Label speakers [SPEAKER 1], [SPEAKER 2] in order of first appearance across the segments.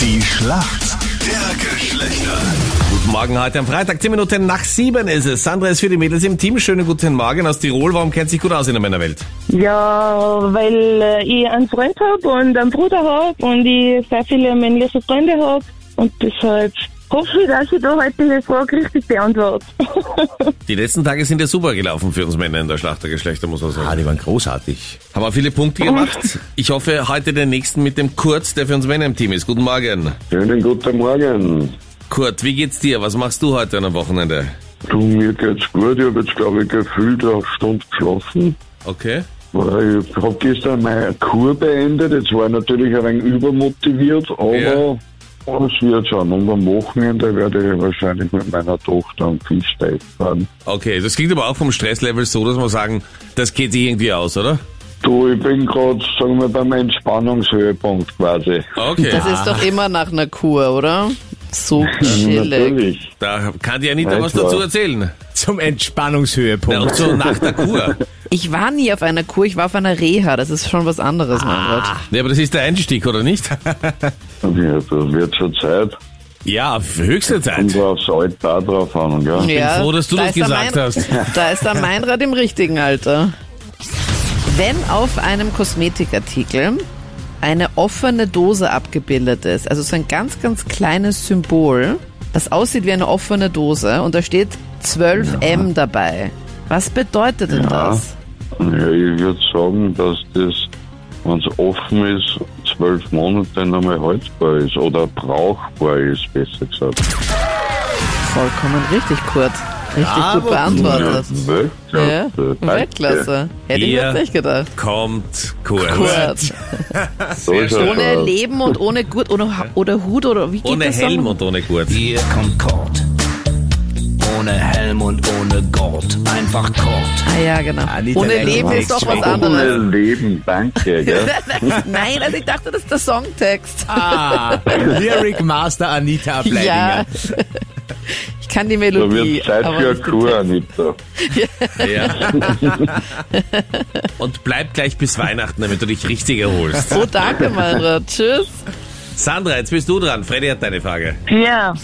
[SPEAKER 1] Die Schlacht der Geschlechter.
[SPEAKER 2] Guten Morgen heute am Freitag, 10 Minuten nach 7 ist es. Sandra ist für die Mädels im Team. Schönen guten Morgen aus Tirol. Warum kennt sich gut aus in der Männerwelt?
[SPEAKER 3] Ja, weil äh, ich einen Freund habe und einen Bruder habe und ich sehr viele männliche Freunde habe und deshalb hoffe ich, dass ich da heute die Frage richtig beantworte.
[SPEAKER 2] Die letzten Tage sind ja super gelaufen für uns Männer in der Schlacht der Geschlechter, muss man
[SPEAKER 4] Ah,
[SPEAKER 2] sagen.
[SPEAKER 4] die waren großartig.
[SPEAKER 2] Haben wir viele Punkte gemacht. Ich hoffe, heute den nächsten mit dem Kurt, der für uns Männer im Team ist. Guten Morgen.
[SPEAKER 5] Schönen guten Morgen.
[SPEAKER 2] Kurt, wie geht's dir? Was machst du heute am Wochenende?
[SPEAKER 5] Du, mir geht's gut. Ich habe jetzt, glaube ich, gefühlt eine Stunde geschlafen.
[SPEAKER 2] Okay.
[SPEAKER 5] Weil Ich habe gestern meine Kur beendet. Jetzt war ich natürlich ein wenig übermotiviert, aber
[SPEAKER 2] Ja.
[SPEAKER 5] es wird schon. Und am Wochenende werde ich wahrscheinlich mit meiner Tochter am Fischteich fahren.
[SPEAKER 2] Okay, das klingt aber auch vom Stresslevel so, dass man sagen, das geht sich irgendwie aus, oder?
[SPEAKER 5] Du, ich bin gerade, sagen wir, beim Entspannungshöhepunkt quasi.
[SPEAKER 2] Okay.
[SPEAKER 6] Das ist doch immer nach einer Kur, oder? So chillig.
[SPEAKER 5] Natürlich.
[SPEAKER 2] da kann dir Anita
[SPEAKER 5] Nein,
[SPEAKER 2] was dazu
[SPEAKER 5] klar.
[SPEAKER 2] erzählen.
[SPEAKER 4] Zum
[SPEAKER 2] Ja,
[SPEAKER 4] Entspannungshöhepunkt.
[SPEAKER 2] und so nach der Kur.
[SPEAKER 6] Ich war nie auf einer Kur, ich war auf einer Reha. Das ist schon was
[SPEAKER 2] Ah,
[SPEAKER 6] anderes, mein Gott.
[SPEAKER 2] Ja, aber das ist der Einstieg, oder nicht?
[SPEAKER 5] Ja, das wird schon Zeit.
[SPEAKER 2] Ja, höchste Zeit.
[SPEAKER 5] Und aufs Alter auch drauf an, gell?
[SPEAKER 6] Ja,
[SPEAKER 2] froh, dass du das
[SPEAKER 6] ist der
[SPEAKER 2] gesagt hast.
[SPEAKER 6] Da ist der Meinrad im richtigen Alter. Wenn auf einem Kosmetikartikel eine offene Dose abgebildet ist, also so ein ganz, ganz kleines Symbol, das aussieht wie eine offene Dose und da steht 12M dabei. Was bedeutet denn
[SPEAKER 5] Ja.
[SPEAKER 6] das?
[SPEAKER 5] Ja, ich würde sagen, dass das, wenn es offen ist, zwölf Monate noch mal haltbar ist oder brauchbar ist, besser gesagt.
[SPEAKER 6] Vollkommen richtig, Kurt. Richtig gut
[SPEAKER 5] Ja,
[SPEAKER 6] beantwortet. Ja,
[SPEAKER 5] Weltklasse.
[SPEAKER 6] Ne? Weltklasse. Hätte ich
[SPEAKER 2] Ihr-
[SPEAKER 6] jetzt nicht gedacht.
[SPEAKER 2] Kommt Kurt.
[SPEAKER 6] Kurt.
[SPEAKER 5] Danke. So ist er.
[SPEAKER 6] Ohne Leben und ohne Gurt oder, Ha- oder Hut oder wie geht
[SPEAKER 2] Ohne
[SPEAKER 6] das
[SPEAKER 2] Helm
[SPEAKER 6] nochmal?
[SPEAKER 2] und ohne Gurt.
[SPEAKER 7] Hier kommt Kord. Ohne Helm und ohne Gurt. Einfach Kord.
[SPEAKER 6] Ah ja, genau.
[SPEAKER 4] Anita
[SPEAKER 6] Ohne
[SPEAKER 4] Lenz
[SPEAKER 6] Leben
[SPEAKER 4] war
[SPEAKER 6] ist doch was
[SPEAKER 4] extrem.
[SPEAKER 5] Ohne
[SPEAKER 6] anderes.
[SPEAKER 5] Leben, danke. Gell?
[SPEAKER 6] Nein, also ich dachte, das ist der Songtext.
[SPEAKER 4] Ah, Lyric Master Anita
[SPEAKER 6] ja.
[SPEAKER 4] Ableidinger.
[SPEAKER 6] Ich kann die
[SPEAKER 5] Da
[SPEAKER 6] Melodie.
[SPEAKER 5] wird Zeit
[SPEAKER 6] aber
[SPEAKER 5] für eine
[SPEAKER 6] nicht den
[SPEAKER 5] Kur,
[SPEAKER 6] Text.
[SPEAKER 5] Anita.
[SPEAKER 2] Ja. Und bleib gleich bis Weihnachten, damit du dich richtig erholst.
[SPEAKER 6] Oh, danke, Meinrad. Tschüss.
[SPEAKER 2] Sandra, jetzt bist du dran. Freddy hat deine Frage.
[SPEAKER 3] ja,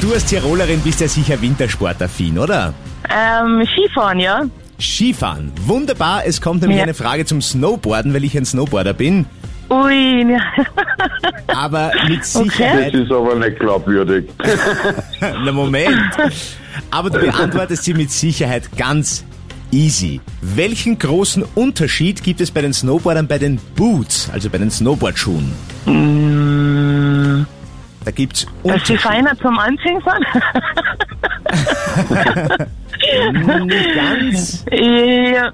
[SPEAKER 4] Du als Tirolerin bist ja sicher wintersportaffin, oder?
[SPEAKER 3] ähm, Skifahren, ja?
[SPEAKER 4] Skifahren. Wunderbar. Es kommt nämlich
[SPEAKER 3] Ja.
[SPEAKER 4] eine Frage zum Snowboarden, weil ich ein Snowboarder bin.
[SPEAKER 3] Ui, ja.
[SPEAKER 4] Aber mit
[SPEAKER 5] Das
[SPEAKER 4] Sicherheit...
[SPEAKER 5] ist aber nicht glaubwürdig.
[SPEAKER 4] Na Moment. Aber du beantwortest sie mit Sicherheit ganz easy. Welchen großen Unterschied gibt es bei den Snowboardern bei den Boots, also bei den Snowboardschuhen? Da gibt's
[SPEAKER 3] dass die
[SPEAKER 4] Unterschiede.
[SPEAKER 3] feiner zum Anziehen sind?
[SPEAKER 4] Nicht ganz.
[SPEAKER 3] ja,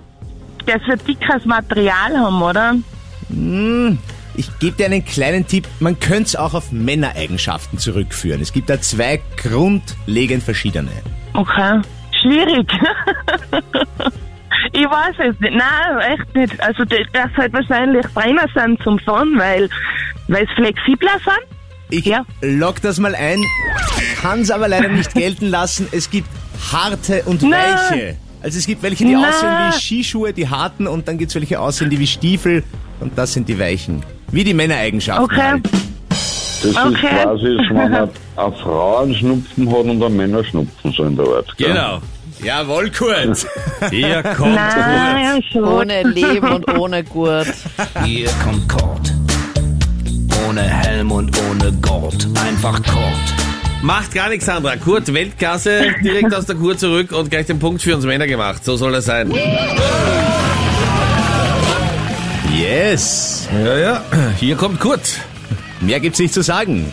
[SPEAKER 3] dass wir dickeres Material haben, oder?
[SPEAKER 4] Ich gebe dir einen kleinen Tipp. Man könnte es auch auf Männereigenschaften zurückführen. Es gibt da zwei grundlegend verschiedene.
[SPEAKER 3] Okay. Schwierig. ich weiß es nicht. Nein, echt nicht. Also d- das halt wahrscheinlich feiner sind zum Fahren, weil weil es flexibler sind.
[SPEAKER 4] Ich
[SPEAKER 3] Ja.
[SPEAKER 4] lock das mal ein, kann es aber leider nicht gelten lassen. Es gibt harte und
[SPEAKER 3] Nein.
[SPEAKER 4] weiche. Also es gibt welche, die
[SPEAKER 3] Nein.
[SPEAKER 4] aussehen wie Skischuhe, die harten, und dann gibt es welche, die aussehen die wie Stiefel, und das sind die weichen. Wie die Männereigenschaften.
[SPEAKER 3] Okay.
[SPEAKER 4] Halt.
[SPEAKER 5] Das ist
[SPEAKER 3] Okay.
[SPEAKER 5] quasi, wenn eine, eine Frau einen Schnupfen hat und ein Männer Schnupfen, so in der Art. gell?
[SPEAKER 2] Genau.
[SPEAKER 4] Jawohl, Kurt.
[SPEAKER 2] Hier kommt Kurt.
[SPEAKER 3] Nein, schon.
[SPEAKER 6] Ohne Leben und ohne Gurt.
[SPEAKER 7] Hier kommt Kord. Ohne Helm und ohne Gurt. Einfach Kord.
[SPEAKER 2] Macht gar nichts, Sandra. Kurt, Weltklasse, direkt aus der Kur zurück und gleich den Punkt für uns Männer gemacht. So soll das sein.
[SPEAKER 4] Yes.
[SPEAKER 2] Ja, ja. Hier kommt Kurt.
[SPEAKER 4] Mehr gibt's nicht zu sagen.